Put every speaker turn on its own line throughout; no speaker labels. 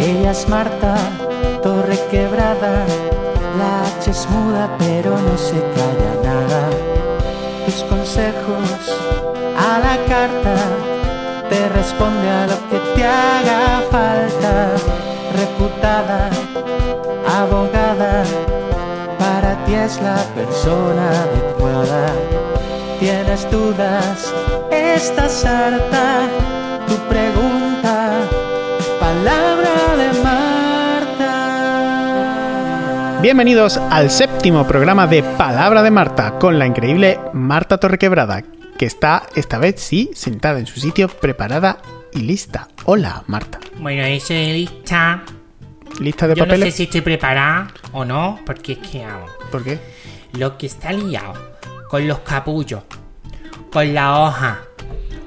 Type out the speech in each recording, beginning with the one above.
Ella es Marta, torre quebrada. La H es muda, pero no se calla nada. Tus consejos a la carta te responde a lo que te haga falta. Reputada, abogada, para ti es la persona adecuada. Tienes dudas, estás harta. Tu pregunta, palabra de Marta.
Bienvenidos al séptimo programa de Palabra de Marta con la increíble Marta Torrequebrada, que está esta vez sí sentada en su sitio, preparada y lista. Hola, Marta.
Bueno, eso es lista.
¿Lista de
Yo no
papeles?
sé si estoy preparada o no, porque es que vamos,
¿Por qué?
Lo que está liado con los capullos, con la hoja.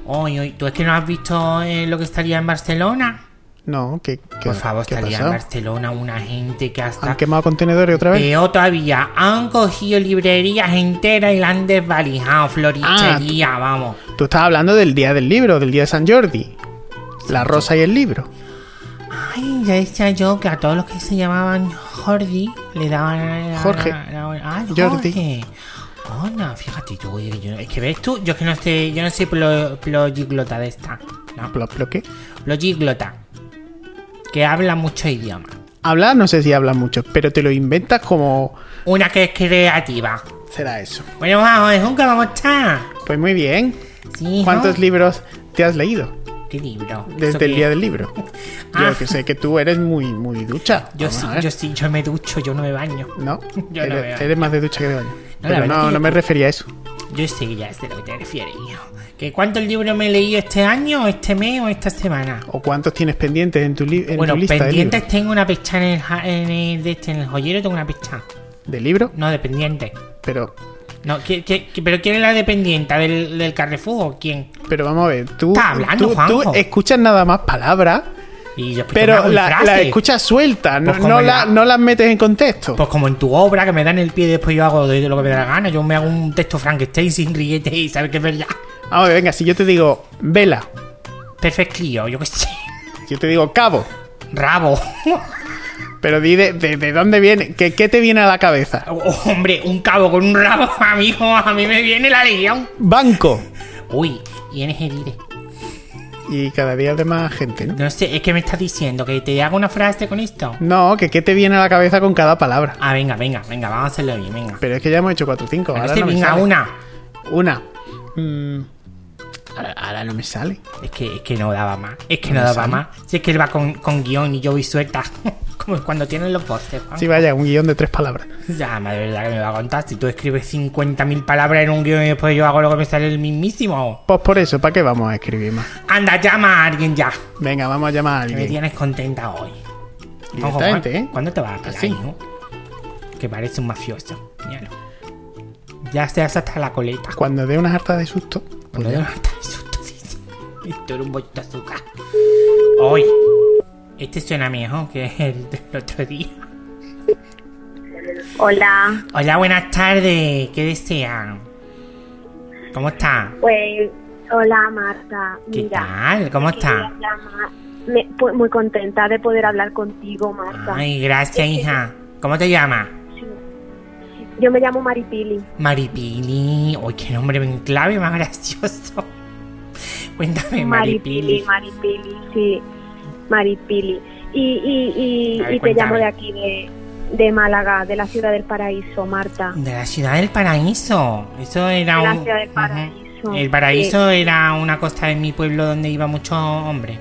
Oye, oye, ¿tú es que no has visto eh, lo que estaría en Barcelona?
No, ¿qué, qué,
Por favor,
qué ha
estaría en
pasado?
Barcelona una gente que hasta...
¿Han quemado contenedores otra vez?
Peor todavía, han cogido librerías enteras y la han
Ah,
desvalijado, floristería, vamos.
Tú estás hablando del día del libro, del día de San Jordi. La rosa y el libro.
Ay, ya decía yo que a todos los que se llamaban Jordi le daban.
Jorge.
ah,
Jordi.
Jorge. Hola, fíjate tú, oye, que yo- es que ves tú, yo es que no sé, yo no soy plo- ployiglota de esta. No,
¿Plo, plo qué?
ployiglota. Que habla mucho idioma.
Habla, no sé si habla mucho, pero te lo inventas como...
Una que es creativa.
Será eso.
Bueno, vamos, es un que vamos a estar.
Pues muy bien.
Sí, ¿no?
¿Cuántos libros te has leído
¿Qué libro? ¿Eso
desde el
qué?
día del libro?
Ah.
Yo que sé que tú eres muy, muy ducha.
Yo
Vamos
sí,
a ver.
yo sí, yo me ducho, yo no me baño.
No,
no
eres,
veo.
eres más de ducha que de baño.
la
Pero
verdad
no,
es que
no
yo-
me refería a eso.
Yo sé que ya es de lo que te refieres, hijo. ¿Que ¿Cuántos libros me he leído este año, este mes o esta semana?
¿O cuántos tienes pendientes en tu, li- en
bueno,
tu lista
pendientes tengo una pecha en el, ja- en el de este, en el joyero tengo una pecha.
de libros? De libro,
No, de pendiente.
pero,
No, ¿qué- qué- qué- ¿Pero quién es la dependiente? ¿Del, del Carrefour o quién?
pero vamos a ver, tú,
Está hablando,
tú, tú
Juanjo.
escuchas nada más palabras,
Y yo,
pero
una
la,
frase.
la escuchas suelta, no,
Pues como
no la,
la-
no las metes en contexto.
Pues como en tu obra, que me dan el pie y después yo hago de lo que me da la gana. Yo me hago un texto Frankenstein sin rillete y saber que es verdad.
Vamos a ver, venga, si yo te digo vela,
Perfectillo, yo qué sé.
si yo te digo cabo,
Rabo.
pero di de, de- de dónde viene, que, qué te viene a la cabeza.
Oh, hombre, un cabo con un rabo, amigo. A mí me viene la legión.
Banco.
Uy, y en ese diré.
Y cada día de más gente, ¿no?
No sé, es que me estás diciendo que te haga una frase con esto.
No, que qué te viene a la cabeza con cada palabra.
Ah, venga, venga, venga, vamos a hacerlo bien, venga.
Pero es que ya hemos hecho 4 o 5.
Ahora
Ahora
este
no me
venga
sale.
una.
Una. Mm, ahora, ahora no me sale.
Es que, es que no daba más, es que no,
me
daba
sale.
más. Si es que él va con, con guión y yo voy suelta. Como cuando tienen los postes, Juan.
Sí, vaya, un guión de tres palabras.
Ya, madre, de verdad que me va a contar. Si tú escribes 50.000 palabras en un guión y después yo hago lo que me sale el mismísimo.
Pues por eso, ¿para qué vamos a escribir más?
Anda, llama a alguien ya.
Venga, vamos a llamar a
Que me
alguien.
tienes contenta hoy. Ojo,
Directamente,
Juan,
¿eh?
¿Cuándo te vas a pegar,
Así.
hijo? Que parece un mafioso. Míralo. Ya se hace hasta la coleta.
Cuando dé unas hartas de susto. pues
Cuando
ya.
yo me estaba insultando, sí, sí. Esto era un bollito de azúcar. Hoy. Este suena mejor que el del otro día.
Hola,
Hola, buenas tardes. ¿Qué desean? ¿Cómo está?
pues, hola Marta.
¿Qué
Mira,
tal? ¿Cómo
quería
está?
llamar- me- pues, muy contenta de poder hablar contigo, Marta.
Ay, gracias, hija. ¿Cómo te llamas?
Sí. Yo me llamo Maripili.
Maripili. Uy, qué nombre en clave más gracioso. Cuéntame, Eh, Maripili.
Maripili, sí. Maripili. Y, y, y,
A ver,
y te
cuéntame.
llamo de aquí, de, de Málaga, de la ciudad del paraíso, Marta.
De la ciudad del paraíso. Eso era
De la
un.
ciudad del
Ujú.
paraíso.
El paraíso era una costa de mi pueblo donde iba mucho hombre.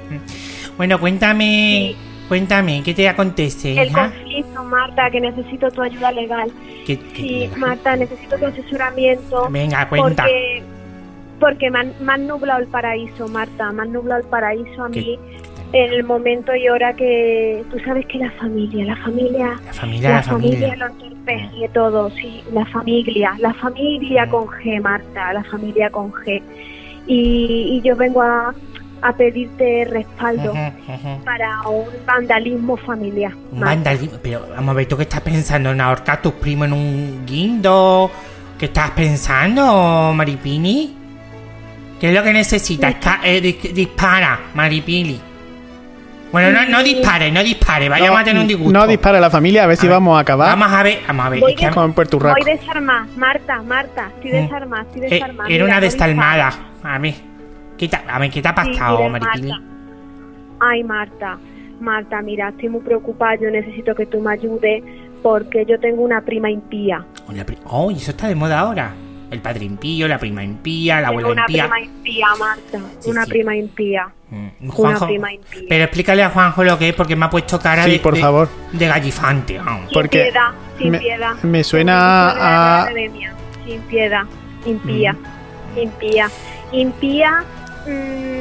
Bueno, cuéntame, cuéntame, ¿qué te acontece,
El
hija?
conflicto, Marta, que necesito tu ayuda legal.
¿Qué- qué-
Sí, Marta, necesito tu asesoramiento.
Venga, cuenta.
Porque, porque me, han, me han nublado el paraíso, Marta. Me han nublado el paraíso a
¿Qué-
mí en el momento y hora que tú sabes que la familia, la familia,
La familia, la, familia.
lo entorpece todo. Sí, la familia, la
Mm.
familia con G, Marta, la familia con G. Y, y yo vengo a, a pedirte respaldo
Ujú, ujú.
para un vandalismo familiar.
Un
Marta.
vandalismo. Pero vamos a ver, ¿tú qué estás pensando? ¿En ahorcar a tus primos en un guindo? ¿Qué estás pensando, Maripini? ¿Qué es lo que necesitas? Ca- eh, dis- dispara, Maripili. Bueno, no, no dispare, no dispare, vayamos a tener un disgusto.
No dispare a la familia, a ver si
ver,
vamos a acabar
Vamos a ver, vamos a ver.
Voy
es que- eh,
a-
con Puerto
Voy desarmada, Marta, Marta, estoy desarmada, estoy
eh,
desarmada.
era
Mira,
una
no
destalmada. A mí. Quita, a mí, ¿qué te ha
Sí,
pasado,
mira,
Maripili?
Marta. Ay, Marta, Marta, mira, estoy muy preocupada, yo necesito que tú me ayudes porque yo tengo una prima impía.
Una pri- Oh, y eso está de moda ahora. El padre impío, la prima impía, la
Tengo
abuela
una
impía.
prima impía, Marta,
Sí,
una
sí.
prima impía.
Mm, Juanjo,
prima impía.
pero explícale a Juanjo lo que es porque me ha puesto cara
Sí,
de,
por
de-
favor.
de gallifante. vamos.
Sin
Porque
piedad, sin
me-
piedad.
me suena
Como dice la
a- Mm.
academia, Sin piedad, impía, impía, impía.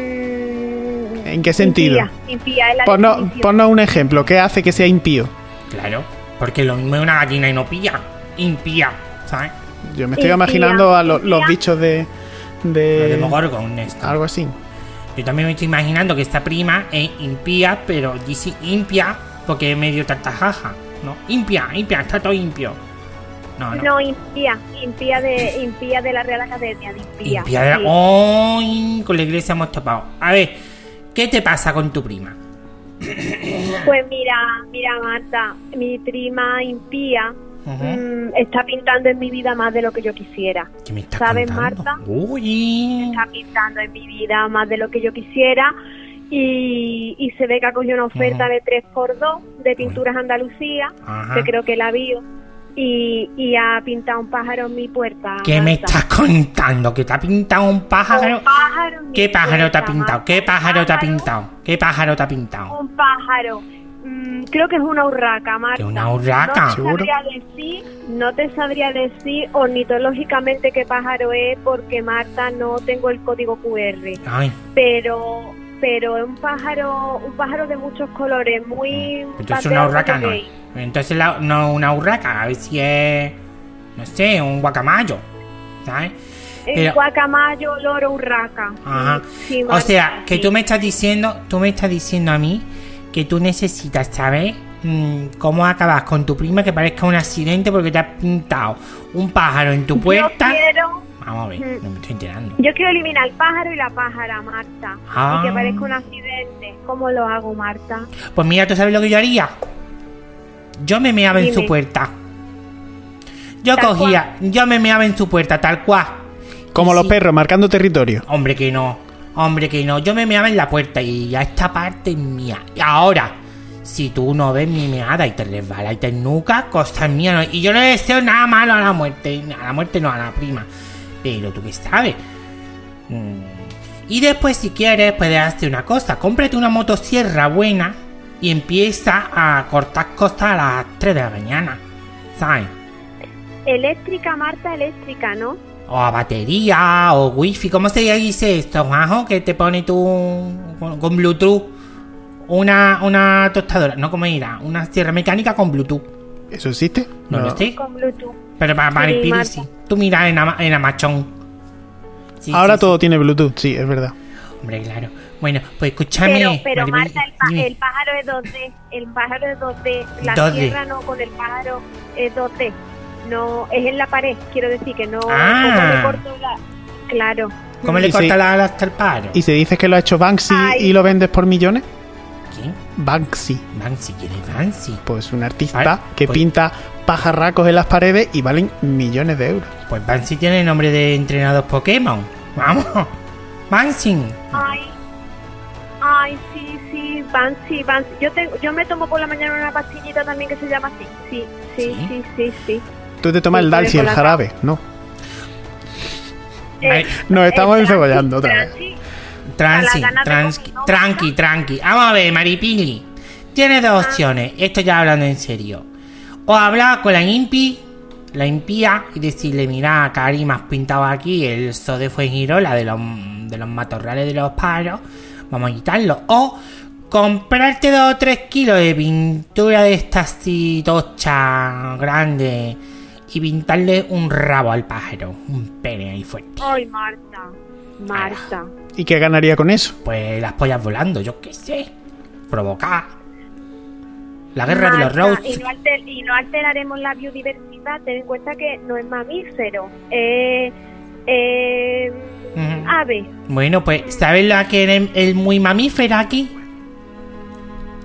mm,
¿En qué sentido?
Impía, impía es la
Ponnos,
definición.
ponnos un ejemplo. ¿Qué hace que sea impío?
Claro, porque lo mismo es una gallina y no pilla. Impía, ¿sabes?
Yo me estoy
Impía,
imaginando a lo- los
impía.
bichos de.
Lo de
de.
Mogorgon, esto.
Algo así.
Yo también me estoy imaginando que esta prima es impía, pero dice impia porque es medio tartajaja, ¿no? Impia, impia, está todo impio. No, no.
No, impía, impía de, impía de la Real Academia, de impía.
impía de la-
sí.
¡Ay! Con la iglesia hemos topado. A ver, ¿qué te pasa con tu prima?
Pues mira, mira Marta, mi prima impía
Ujú.
mm, está pintando en mi vida más de lo que yo quisiera.
¿Qué me estás
¿Sabes,
contando?
Marta?
Uy.
Está pintando en mi vida más de lo que yo quisiera y, y se ve que ha cogido una oferta
Ujú.
de 3x2 de Pinturas Andalucía,
Ajá.
que creo que la vio, y, y ha pintado un pájaro en mi puerta.
¿Qué me
Marta.
estás contando? ¿Que te ha pintado un pájaro?
Un pájaro en mi
¿Qué pájaro te ha
puerta,
pintado?
Marta.
¿Qué pájaro te ha
Pájaro,
pintado? ¿Qué pájaro te ha pintado?
un pájaro. Mm, creo que es una urraca, Marta.
¿Que una urraca?
No te
¿Seguro?
sabría decir, no te sabría decir ornitológicamente qué pájaro es porque Marta no tengo el código QR,
Ay,
pero pero es un pájaro, un pájaro de muchos colores, muy
Mm, entonces una urraca no. es.
gay.
Entonces la- no una urraca, a ver si es, no sé, un guacamayo, ¿sabes? Pero-
El guacamayo, loro, urraca.
Ajá.
Sí,
O
Marta,
sea, que
sí.
tú me estás diciendo, tú me estás diciendo a mí que tú necesitas saber mm, cómo acabas con tu prima que parezca un accidente porque te has pintado un pájaro en tu puerta.
Yo quiero,
Vamos a ver,
Mm.
no me estoy enterando.
yo quiero eliminar el pájaro y la pájara, Marta.
Ah.
Y que parezca un accidente. ¿Cómo lo hago, Marta?
Pues mira, ¿tú sabes lo que yo haría? Yo me meaba en
Dime.
su puerta. Yo
Tal
cogía, yo me meaba en su puerta, tal cual.
Como
Y
los
si-
perros, marcando territorio.
Hombre que no, hombre que no. Yo me meaba en la puerta y ya esta parte es mía. Y ahora, si tú no ves mi meada y te resbala y te nuca, cosa mía. no- Y yo no le deseo nada malo a la muerte. A la muerte no, a la prima. Pero tú qué sabes. Mm. Y después, si quieres, puedes hacer una cosa. Cómprate una motosierra buena y empieza a cortar cosas a las 3 de la mañana. ¿Sabes?
Eléctrica, Marta, eléctrica, ¿no?
O a batería, o wifi, ¿cómo se dice esto, Juanjo? Que te pone tú con, con Bluetooth una, una tostadora, no como era, una sierra mecánica con Bluetooth.
¿Eso existe?
No, lo sé,
Con Bluetooth.
pero para para
Sí,
el Piri
Marta.
sí. Tú miras en, Ama- en Amazon. Sí,
Ahora
sí, sí.
todo tiene Bluetooth, sí, es verdad.
Hombre, claro. Bueno, pues
Pero,
escúchame.
pero
Maribel,
Marta, el, pa-
dime.
el pájaro es 2D. El pájaro es 2D. La
2D.
tierra no, con el pájaro es 2D. No, es en la pared, quiero decir que no.
Ah.
como le corto la- Claro.
¿Cómo le
Y
corta
sí.
la ala hasta el paro?
¿Y si dices que lo ha hecho Banksy
Ay.
y lo vendes por millones?
¿Quién?
Banksy,
Nancy, ¿quién es Nancy?
pues un artista
Ay,
que
pues-
pinta pajarracos en las paredes y valen millones de euros.
Pues Nancy tiene nombre de entrenador Pokémon. Vamos. Nancy.
Ay, ay, sí, sí, van, sí, van. Yo, tengo, yo me tomo por la mañana una pastillita también que se llama así. Sí, sí,
¿Sí?
sí, sí, sí.
Tú te tomas
Sí,
el
pero
Dalsy, el
con la-
jarabe, ¿no?
Eh,
Vale.
Nos estamos
el
encebollando
tranqui,
otra vez.
Tranqui,
tranqui. Con las ganas de
tranqui,
comer, ¿no?
tranqui, tranqui. Vamos a ver, Maripili. Tienes
Ah.
dos opciones. Esto ya hablando en serio. O hablar con la impi, la impía, y decirle, mira, Cari, me has pintado aquí el so de Fuengirola de los, de los matorrales de los paros. Vamos a quitarlo. O comprarte dos o tres kilos de pintura de estas así tocha grande y pintarle un rabo al pájaro. Un pene ahí fuerte.
Ay, Marta, Marta.
¿Y qué ganaría con eso?
Pues las pollas volando, yo qué sé. Provocar. La guerra de los
Marta,
Rose.
Y no, alter- y no alteraremos la biodiversidad, ten en cuenta que no es mamífero, es eh,
Ujú.
ave.
Bueno, pues, ¿sabes la que es el muy mamífera aquí?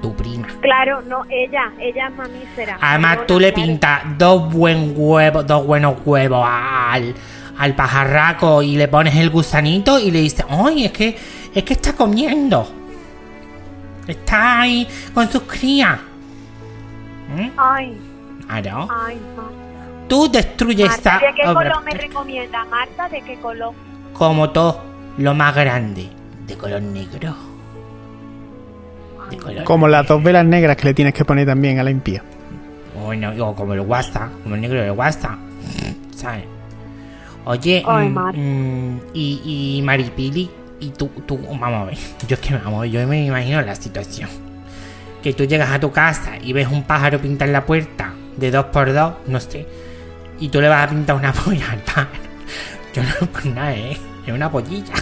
tu prima.
Claro, no, ella, ella es mamífera.
Además,
Perdona,
tú le
claro.
pintas dos, buen huevos, dos buenos huevos al, al pajarraco y le pones el gusanito y le dices, ¡ay, es que, es que está comiendo! Está ahí con sus crías.
Ay,
Claro.
ay, Marta.
Tú destruyes
Marta,
esta
¿De qué
obra
color me recomienda, Marta? ¿De qué color?
como todo lo más grande, de color negro. De color
Como las dos velas negras que le tienes que poner también a la impía.
Bueno, digo, como el WhatsApp, como el negro del WhatsApp, ¿sabes? Oye,
Ay,
mm,
Mar.
mm, y, y Maripili, y tú, tú, vamos a ver, yo es que vamos, yo me imagino la situación. Que tú llegas a tu casa y ves un pájaro pintar la puerta de dos por dos, no sé, y tú le vas a pintar una polla al pájaro. Yo no, pues nada, ¿eh? Es una pollilla.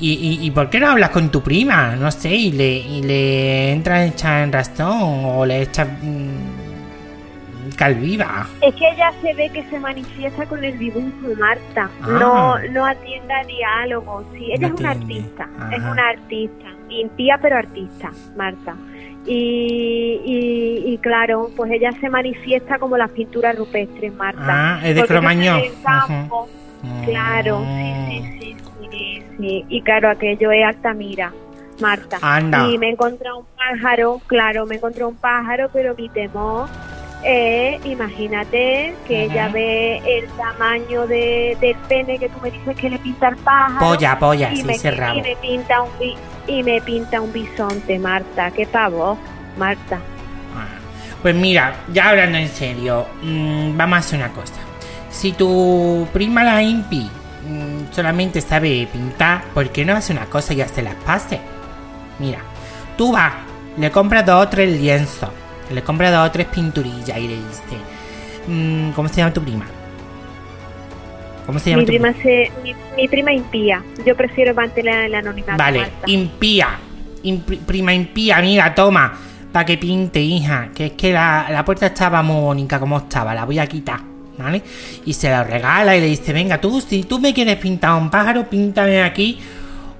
¿Y, y, y por qué no hablas con tu prima? No sé, y le, y le entras a echar en razón o le echas mm, calviva.
Es que ella se ve que se manifiesta con el dibujo, Marta.
Ah.
No, no atienda a diálogos. Sí, ella
No
es una
atiende.
artista. Es
Ajá.
una artista. Impía, pero artista, Marta. Y, y, y claro, pues ella se manifiesta como las pinturas rupestres, Marta.
Ah, es de
Porque ella
Cromañón.
se ve en campo. Claro, sí,
Mm.
sí, sí, sí, sí. Y claro, aquello es Altamira, Marta.
Anda.
Y me encontré un pájaro, claro, me encontré un pájaro, pero mi temor es, imagínate, que
Ujú.
ella ve el tamaño de, del pene que tú me dices que le pinta el pájaro.
Polla, polla,
y,
sí,
me,
ese
y
rabo.
me pinta un bi- y me pinta un bisonte, Marta. Qué pavo, Marta.
Ah. Pues mira, ya hablando en serio, mm, vamos a hacer una cosa. Si tu prima la impi mm, solamente sabe pintar, ¿por qué no hace una cosa y hace las pases? Mira, tú vas, le compras dos o tres lienzos, le compras dos o tres pinturillas y le dices, mm, ¿cómo se llama tu prima? ¿Cómo se llama
Mi
tu
prima, se, mi, mi prima impía. Yo prefiero mantener el anonimato.
Vale,
Marta.
impía. Imp- prima impía, mira, toma. Para que pinte, hija. Que es que la, la puerta estaba muy bonita como estaba. La voy a quitar, ¿vale? Y se la regala y le dice, venga, tú, si tú me quieres pintar un pájaro, píntame aquí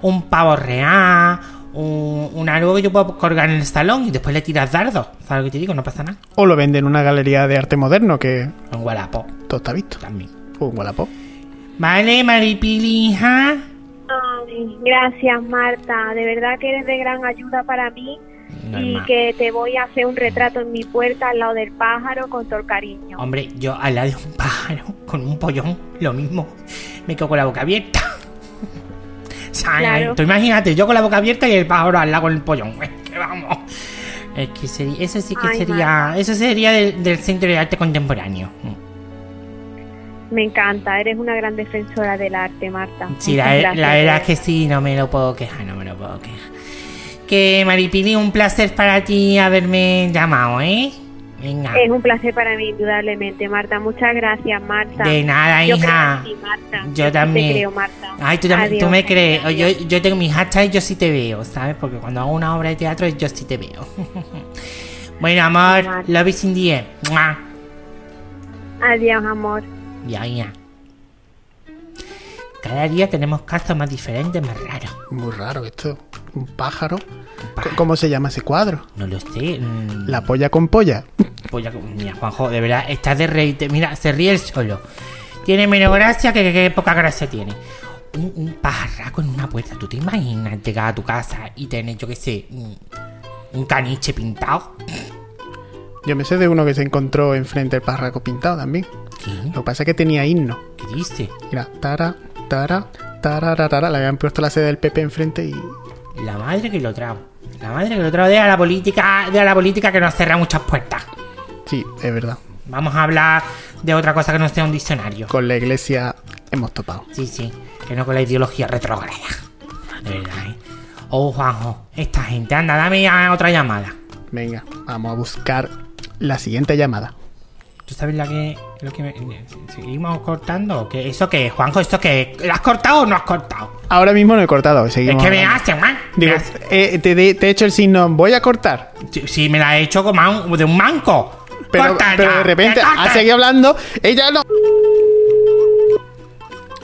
un pavo real, un, un algo que yo puedo colgar en el salón y después le tiras dardos. ¿Sabes lo que te digo? No pasa nada.
O lo venden en una galería de arte moderno que
Un gualapo
todo está visto.
también.
O en Wallapop.
Vale, Maripili, hija.
Ay, gracias Marta, de verdad que eres de gran ayuda para mí y
Normal.
que te voy a hacer un retrato en mi puerta al lado del pájaro con todo el cariño.
Hombre, yo al lado de un pájaro con un pollón, lo mismo. Me quedo con la boca abierta. O sea,
Claro.
Tú imagínate, yo con la boca abierta y el pájaro al lado con el pollón. Es que vamos. Es que sería, eso sí que
Ay,
sería.
Marta.
Eso sería del, del Centro de Arte Contemporáneo.
Me encanta, eres una gran defensora del arte, Marta.
Sí,
Muchas
la,
gracias,
la
de
verdad es que
verdad.
sí, no me lo puedo quejar, no me lo puedo quejar. Que Maripili, un placer para ti haberme llamado, ¿eh? Venga.
Es un placer para mí, indudablemente, Marta. Muchas gracias, Marta.
De nada,
yo
hija.
creo en ti, Marta.
Yo
sí te
también.
creo, Marta.
Ay, tú, también- tú
Adiós,
me crees. O Yo,
adiós.
yo tengo mis hashtags y yo sí te veo, ¿sabes? Porque cuando hago una obra de teatro yo sí te veo. bueno, amor,
Vale.
love is in the air. Mua.
Adiós, amor.
Ya, ya. Cada día tenemos casos más diferentes, más raros.
Muy raro esto. Un pájaro. C-
pájaro.
¿Cómo se llama ese cuadro?
No lo sé. mm,
La polla con polla.
polla que- Pues Mira, Juanjo, de verdad, estás de rey. te- Mira, se ríe el solo. Tiene menos gracia que, que- que poca gracia tiene. Un, un pajarraco en una puerta. ¿Tú te imaginas llegar a tu casa y tener, yo qué sé, un, un caniche pintado?
Yo me sé de uno que se encontró enfrente del párraco pintado también.
¿Qué?
Lo que pasa es que tenía himno.
¿Qué dice?
Mira, tara, tara, tarararara. Le habían puesto la sede del PP enfrente y.
La madre que lo trajo. La madre que lo trajo. Deja la política, deja la política que nos cierra muchas puertas.
Sí, es verdad.
Vamos a hablar de otra cosa que no sea un diccionario.
Con la iglesia hemos topado.
Sí, sí, que no con la ideología retrógrada. De verdad, ¿eh? Oh, Juanjo, esta gente, anda, dame ya otra llamada.
Venga, vamos a buscar la siguiente llamada.
¿Tú sabes la que, lo que me- seguimos cortando? o qué? ¿Eso qué, Juanjo? ¿Esto qué? ¿Lo has cortado o no has cortado?
Ahora mismo no he cortado.
Es
Seguimos
que me
hablando.
hacen, man. me
Digo,
hacen.
eh, te, de- te he hecho el signo, voy a cortar.
Si- Si me la he hecho como a un- de un manco.
Pero,
Corta
pero
ya,
de repente
que corte.
ha seguido hablando. Ella no.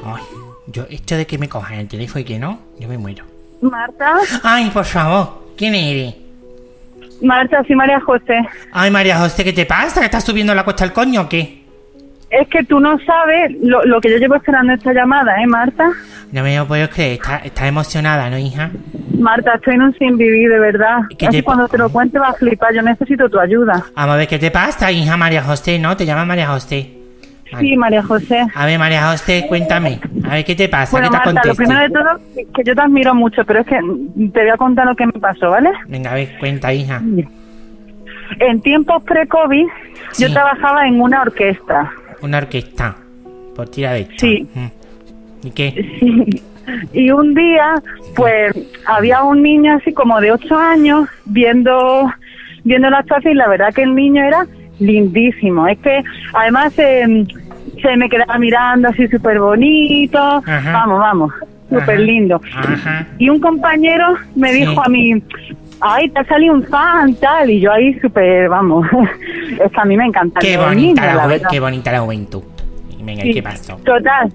Ay, yo, esto de que me cojan el teléfono y que no, yo me muero.
Marta,
Ay, por favor, ¿quién eres?
Marta, sí, María José.
Ay, María José, ¿qué te pasa? ¿Que estás subiendo la cuesta al coño o qué?
Es que tú no sabes lo, lo que yo llevo esperando esta llamada, ¿eh, Marta?
No me lo puedo creer, estás estás emocionada, ¿no, hija?
Marta, estoy en un sin vivir, de verdad.
¿Qué
Es que
te-
cuando te lo cuente vas a flipar. Yo necesito tu ayuda.
Vamos a ver, ¿qué te pasa, hija María José? ¿No? Te llamas María José. Vale.
Sí, María José.
A ver, María José, cuéntame. A ver, ¿qué te pasa?
Bueno,
¿Qué te
Marta, lo
acontece?
primero de todo, que yo te admiro mucho, pero es que te voy a contar lo que me pasó, ¿vale?
Venga, a ver, cuenta, hija.
En tiempos pre-COVID,
Sí.
yo trabajaba en una orquesta.
Una orquesta. Por tira de esto.
Sí.
Mm. ¿Y qué?
Y un día, pues, había un niño así como de 8 años viendo, viendo la actuación y la verdad que el niño era lindísimo. Es que, además, eh, se me quedaba mirando así súper bonito.
Ajá.
Vamos, vamos, súper
Ajá.
lindo.
Ajá.
Y un compañero me
Sí.
dijo a mí, ay, te ha salido un fan, tal, y yo ahí súper, vamos, es que a mí me encanta.
Qué
los
bonita,
niños,
la ju-
verdad.
qué bonita la juventud. Venga, ¿y
Sí.
Eh, qué pasó?
Total,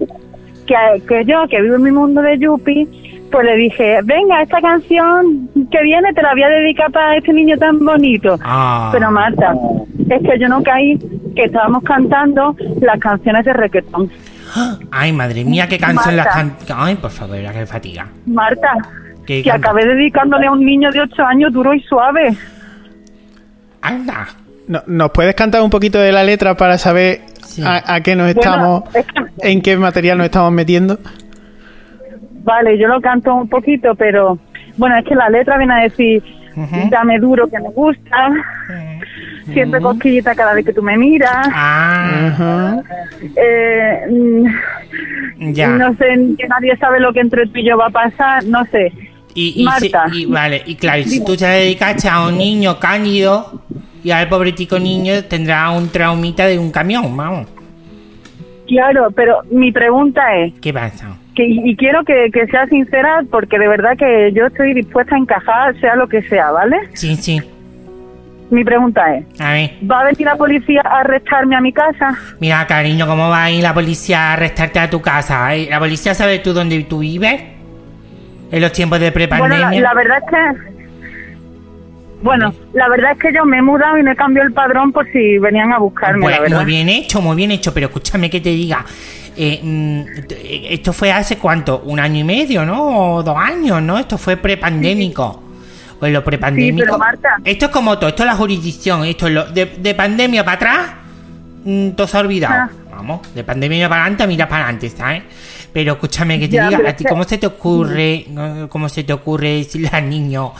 que, que yo, que vivo en mi mundo de Yupi, pues le dije, venga, esta canción que viene te la voy a dedicar para este niño tan bonito.
Ah.
Pero Marta, es que yo no caí que estábamos cantando las canciones de reggaetón.
Ay, madre mía, qué canción las can...
Marta.
Ay, por favor, la que fatiga.
Marta,
¿Qué
que
canta?
acabé dedicándole a un niño de 8 años duro y suave.
Anda.
No- ¿Nos puedes cantar un poquito de la letra para saber
Sí.
a, a qué nos
Bueno,
estamos,
es que-
en qué material nos estamos metiendo?
Vale, yo lo canto un poquito, pero bueno, es que la letra viene a decir,
Ujú.
dame duro que me gusta, siempre cosquillita cada vez que tú me miras,
Ah,
Ajá.
eh, mm,
ya.
no sé, que nadie sabe lo que entre tú y yo va a pasar, no sé.
Y, y,
Marta.
si- y vale, y claro, y si tú te dedicaste a un niño cándido y al pobretico niño tendrá un traumita de un camión, vamos.
Claro, pero mi pregunta es,
¿Qué pasa?
que, y y quiero que, que seas sincera, porque de verdad que yo estoy dispuesta a encajar, sea lo que sea, ¿vale?
Sí, sí.
Mi pregunta es,
A ver,
¿va a venir la policía a arrestarme a mi casa?
mira, cariño, ¿cómo va a ir la policía a arrestarte a tu casa? eh? ¿La policía sabe tú dónde tú vives? En los tiempos de
Bueno,
prepandemia.
la, la verdad es que. Bueno, la verdad es que yo me he mudado y no he cambiado el padrón por si venían a buscarme,
Pues,
la verdad.
muy bien hecho, muy bien hecho, pero escúchame que te diga. eh, mm, t- eh, esto fue hace cuánto, un año y medio, ¿no? O dos años, ¿no? Esto fue prepandémico. Pues lo prepandémico.
Sí, pero, Marta.
Esto es como todo, esto es la jurisdicción, esto es lo. De, de pandemia para atrás, mm, todo se ha olvidado.
Ah.
Vamos, de pandemia para adelante, mira para adelante, ¿sabes? Pero escúchame que te
Ya,
diga,
pero
¿a ti
es que-
cómo se te ocurre, no, cómo se te ocurre decirle al niño,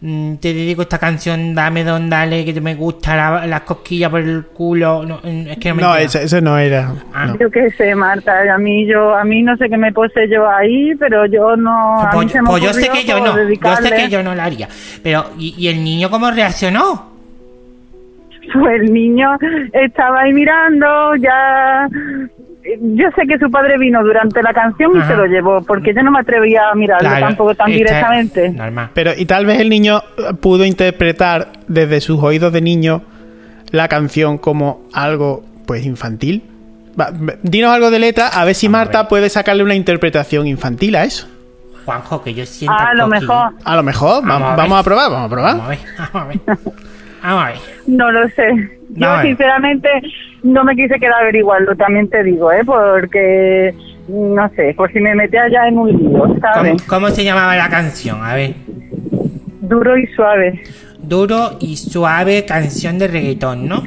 mm, te dedico esta canción, dame don, dale, que me gusta la- las cosquillas por el culo? No, mm, es que no me
No,
entero.
eso, eso no era.
Ah.
no.
Yo qué sé, Marta, a mí yo, a mí no sé qué me pose yo ahí, pero yo no. a mí
Pues,
se me
pues yo sé
ocurrió
que yo
como
no, yo sé
dedicarle-
que yo no la haría. Pero, ¿y, y el niño cómo reaccionó?
Pues el niño estaba ahí mirando, ya. Yo sé que su padre vino durante la canción
Ajá.
y se lo llevó, porque yo no me atrevía a mirarlo tampoco tan
esta-
directamente.
Normal.
Pero, y tal vez el niño eh, pudo interpretar desde sus oídos de niño la canción como algo, pues, infantil. Va, m- dinos algo de letra, a ver si
Vamos a
Marta
ver.
puede sacarle una interpretación infantil a eso.
Juanjo, que yo siento.
Ah, a lo
aquí.
mejor.
A lo mejor,
Vamos
vamos,
a ver.
vamos a probar, vamos a probar.
Vamos a ver, vamos a ver. Vamos a ver.
No lo sé. Yo
Vale.
sinceramente no me quise quedar a averiguarlo, también te digo, ¿eh? Porque, no sé, por si me metía ya en un lío,
¿Cómo,
¿sabes?
cómo se llamaba la canción? A ver.
Duro y suave.
Duro y suave canción de reggaetón, ¿no?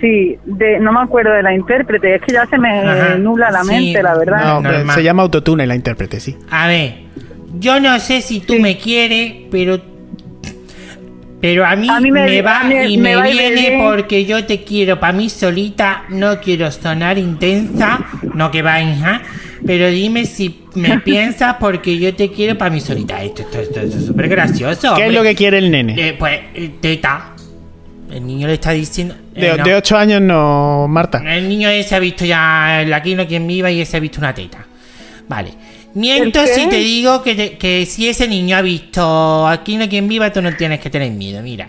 Sí, de, no me acuerdo de la intérprete, es que ya se me
Ajá,
nubla la
sí.
mente, la verdad.
No, pero
Normal.
se llama Autotune la intérprete, sí.
A ver, yo no sé si tú me quieres, pero. Pero a mí,
A mí
me,
me-
va
a mí
y me,
me va y me
viene
viene.
porque yo te quiero para mí solita, no quiero sonar intensa, no que va, hija, pero dime si me piensas porque yo te quiero para mí solita. Esto, esto, esto, esto es súper gracioso.
¿Qué es
hombre.
lo que quiere el nene?
Eh, pues, eh, teta. El niño le está diciendo. eh,
De,
no. Eh.
de 8 años no, Marta.
El niño ese ha visto ya el Aquino quien viva y ese ha visto una teta. Vale. Miento
¿El qué?
si te digo que, te- que si ese niño ha visto Aquino quien viva, tú no tienes que tener miedo, mira.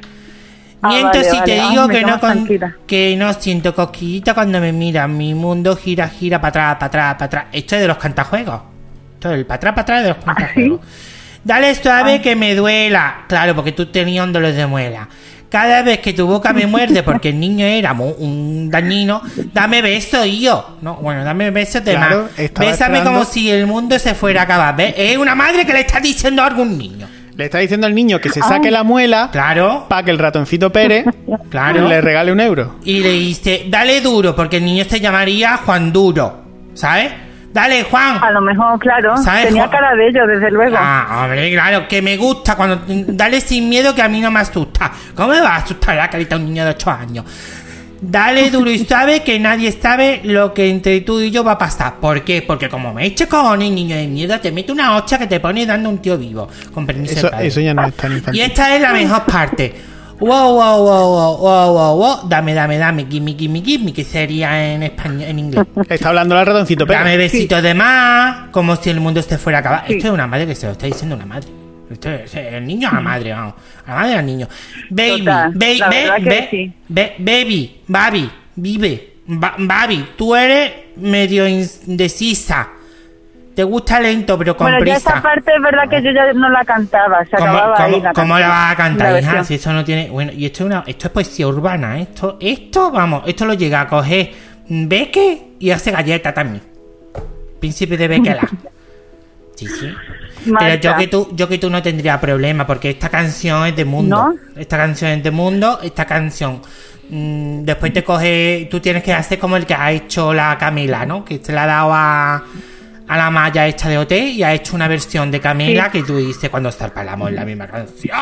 Ah,
Miento
vale,
si te
vale. Ah,
digo
me
que,
quedo
no
más
con-
tranquila.
que no siento cosquillita cuando me miran. Mi mundo gira,
¿Ah,
gira, para atrás, para atrás, para atrás. Esto es de los cantajuegos. Esto es el para atrás, para atrás de los cantajuegos. Dale suave
Ah.
que me duela. Claro, porque tú tenías un dolor de muela. Cada vez que tu boca me muerde porque el niño era mu- un dañino, dame besos, yo. No, bueno, dame besos de
Claro,
más.
estaba
Bésame
esperando-
como si el mundo se fuera a acabar. ¿Ves? Es una madre que le está diciendo algo a un niño.
Le está diciendo al niño que se saque la muela
Claro, Ah,
para que el ratoncito Pérez
claro.
le regale un euro.
Y le dice, dale duro, porque el niño se llamaría Juan Duro. ¿Sabes? Dale, Juan.
A lo mejor, claro.
¿Sabes,
Tenía
Juan?
cara de ello, desde luego.
Ah, hombre, claro, que me gusta cuando. Dale sin miedo que a mí no me asusta. ¿Cómo me va a asustar la carita de un niño de 8 años? Dale duro y sabe que nadie sabe lo que entre tú y yo va a pasar. ¿Por qué? Porque como me eche cojones, niño de mierda, te mete una hocha que te pone dando un tío vivo. Con permiso. del
Eso,
padre.
eso ya no es tan
Y
infantil.
esta es la mejor parte. Wow, wow, wow, wow, wow, wow, wow. Dame, dame, dame, gimme, gimme, gimme, que sería en español, en inglés.
Está hablando al ratoncito Pérez.
Dame besitos de más, como si el mundo se fuera a acabar.
Sí.
Esto es una madre que se lo está diciendo una madre. Esto es el niño a la madre, vamos. A la madre al niño. Baby,
Total,
baby,
la verdad que
baby,
sí.
baby, baby, vive. Ba- Babi, tú eres medio indecisa. Te gusta lento, pero con
bueno, ya
prisa.
esa parte es verdad que yo ya no la cantaba, se
¿Cómo,
acababa
cómo-
ahí la
cómo
canción,
la vas a
la
cantar, hija?
versión.
Si eso no tiene. Bueno, y esto es, una, esto es poesía urbana. ¿eh? Esto, esto, vamos, esto lo llega a coger Beque y hace galleta también. Príncipe de Bequela. Sí, sí. Pero yo
Marta.
que, tú, yo que tú no tendría problema, porque esta canción es de mundo. Esta canción es de mundo, esta canción. mm, después te coge. Tú tienes que hacer como el que ha hecho la Camila, ¿no? Que se la ha dado a, a la malla esta de OT y ha hecho una versión de Camila que tú dices cuando zarpalamos en la misma canción.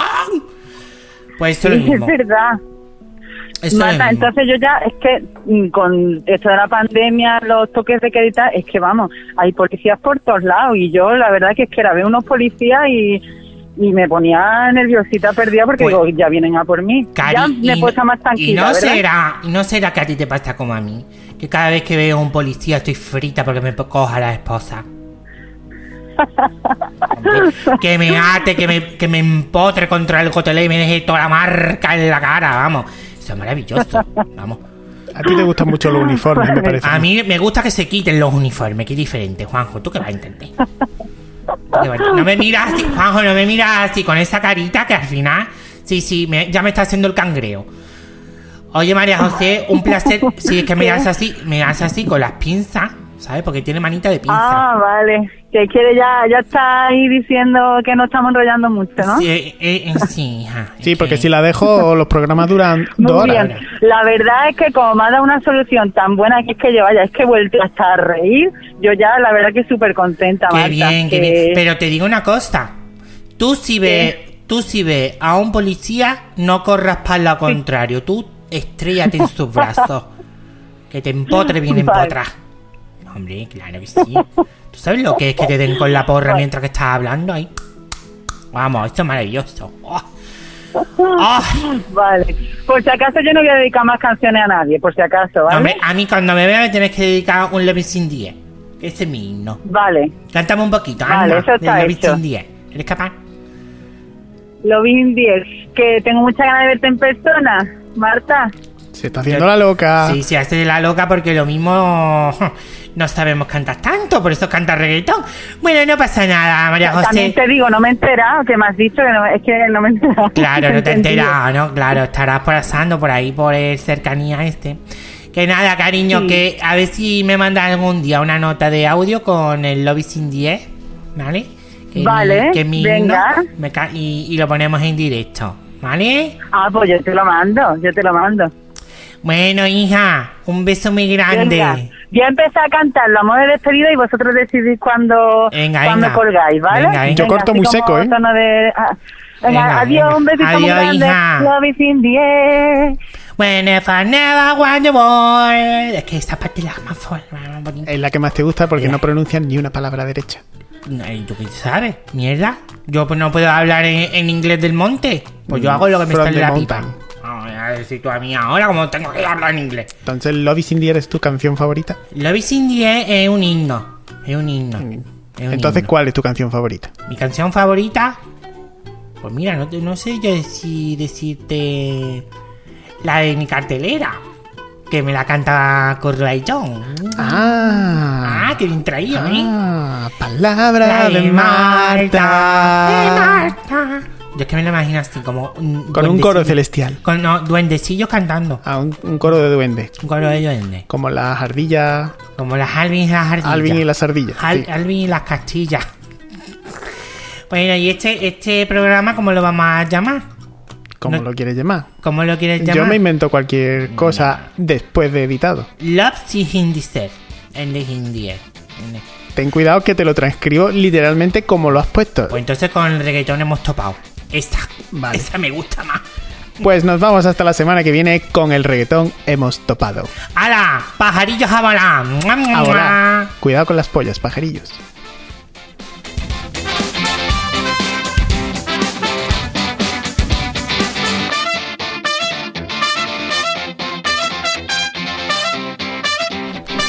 Pues eso es lo
Sí, es
mismo.
verdad.
Eso es lo mismo.
Marta, entonces yo ya, es que mm, con esto de la pandemia, los toques de queda y tal, es que vamos, hay policías por todos lados y yo la verdad que es que era ver unos policías y, y me ponía nerviosita perdida porque
Pues-
digo, ya vienen a por mí.
Cari,
ya me he
y-
puesto más
Y
tranquila,
no
¿verdad?
será, y no será que a ti te pasa como a mí, que cada vez que veo a un policía estoy frita porque me coja la esposa. Hombre, que me ate, que me, que me empotre contra el cotelé y me deje toda la marca en la cara, vamos. Eso es maravilloso, vamos.
A ti te gustan mucho los uniformes, me parece.
A mí me gusta que se quiten los uniformes, que es diferente, Juanjo, tú que vas a entender. Tú qué vas a entender. No me miras así, Juanjo, no me miras así, con esa carita que al final, sí, sí, me- ya me está haciendo el cangreo. Oye, María José, un placer, si es que me das así, me das así con las pinzas, ¿sabes? Porque tiene manita de pinza.
Ah, vale. Que quiere ya, ya está ahí diciendo que no estamos enrollando mucho, ¿no?
Sí, eh, eh, eh, sí, hija.
Sí,
es
porque
que-
si la dejo, los programas duran
Muy
dos horas.
bien. La verdad es que como me ha dado una solución tan buena que es que yo vaya, es que he vuelto hasta a reír, yo ya la verdad que súper contenta,
Qué
Marta.
bien, qué
que-
bien. Pero te digo una cosa. Tú si ves, tú si ves a un policía, no corras para lo contrario. Tú estrellate en sus brazos. Que te empotre bien
Vale.
empotrás. Hombre, claro que sí. ¿Tú sabes lo que es que te den con la porra mientras que estás hablando ahí? Vamos, esto es maravilloso. Oh. Oh.
Vale. Por si acaso yo no voy a dedicar más canciones a nadie, por si acaso, ¿vale?
Hombre, a mí cuando me veas me tienes que dedicar un Love sin 10. Ese es mi himno.
Vale.
Cántame un poquito,
Vale,
anda.
eso está
del Love
hecho.
Sin 10. ¿Eres capaz?
Lo vi en 10. Que tengo muchas ganas de verte en persona, Marta.
Se está haciendo la
Ah.
loca.
Sí, se hace la loca porque lo mismo no sabemos cantar tanto, por eso canta reggaetón. Bueno, no pasa nada, María
También
José.
te digo, no me he enterado que me has dicho que no, es que no me he enterado.
Claro, no te he
Entendí.
enterado, ¿no? Claro, estarás pasando por ahí, por el cercanía este. Que nada, cariño,
Sí.
que a ver si me manda algún día una nota de audio con el Lobby sin 10, ¿vale? Que mi-
Vale,
que mi
venga.
himno me ca- y, y lo ponemos en directo, ¿vale?
Ah, pues yo te lo mando, yo te lo mando.
Bueno, hija, un beso muy grande.
Venga, voy a empezar a cantarlo a modo de despedida y vosotros decidís cuando,
Venga,
cuando
venga.
colgáis, ¿vale?
Venga, venga. Yo
corto
así
muy
como
seco, ¿eh?
tono de- ah, venga,
Venga,
adiós,
venga.
un besito muy
Adiós,
grande.
hija.
Love is in the air.
When if I never want you more. Es que esta parte es la más fuerte, la más bonita.
Es la que más te gusta porque no pronuncian ni una palabra derecha.
Ay, ¿Tú qué sabes? Mierda. Yo pues, no puedo hablar en, en inglés del monte. Pues yo hago lo que me
Mm, From
sale
the
la
mountain.
pipa. Ay, a decir tú a mí ahora como tengo que hablar en inglés.
Entonces, Love is in the Air es tu canción favorita.
Love is in the air es un himno. Es un himno. Es un
Mm. Entonces,
himno.
¿cuál es tu canción favorita?
Mi canción favorita. Pues mira, no, te- no sé yo si decirte. La de mi cartelera. que me la canta Corray John.
Ah,
Ah, qué bien traído, ¿eh?
ah, palabra
La
de
De
Marta.
Marta. Yo es que me lo imagino así, como...
Con un coro
duendecillo.
celestial.
Con no, duendecillos cantando.
Ah, un, un coro de duende.
Un coro de duendes.
Como las ardillas.
Como las Alvin y las ardillas.
Alvin y las ardillas.
Al-
sí.
Alvin y las castillas. Bueno, y este, este programa, ¿cómo lo vamos a llamar?
Como
no- Mm.
lo quieres llamar.
¿Cómo lo quieres llamar?
Yo me invento cualquier cosa después de editado.
Love si Hindister. En de Hindier.
Ten cuidado que te lo transcribo literalmente como lo has puesto.
Pues entonces con el reggaetón hemos topado. Esta.
Vale.
Esa me gusta más.
Pues nos vamos hasta la semana que viene con el reggaetón hemos topado.
¡Hala! ¡Pajarillos a volar! ¡Mua, mua,
A volar.
mua!
Cuidado con las pollas, pajarillos.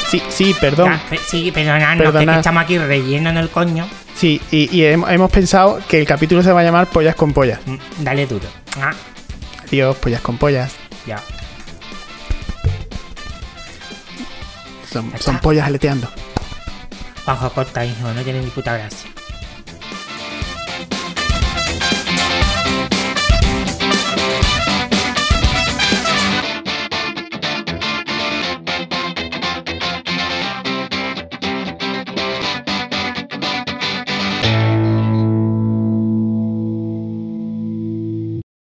Sí, sí, perdón.
Ya, pe- sí, perdonadnos, que-
Perdonad.
que estamos aquí rellenando el coño.
Sí, y, y hem- hemos pensado que el capítulo se va a llamar Pollas con Pollas.
Mm, Dale duro. Ah,
Adiós, pollas con pollas.
ya.
Son, son pollas aleteando.
Bajo corta, hijo, no tiene ni puta gracia.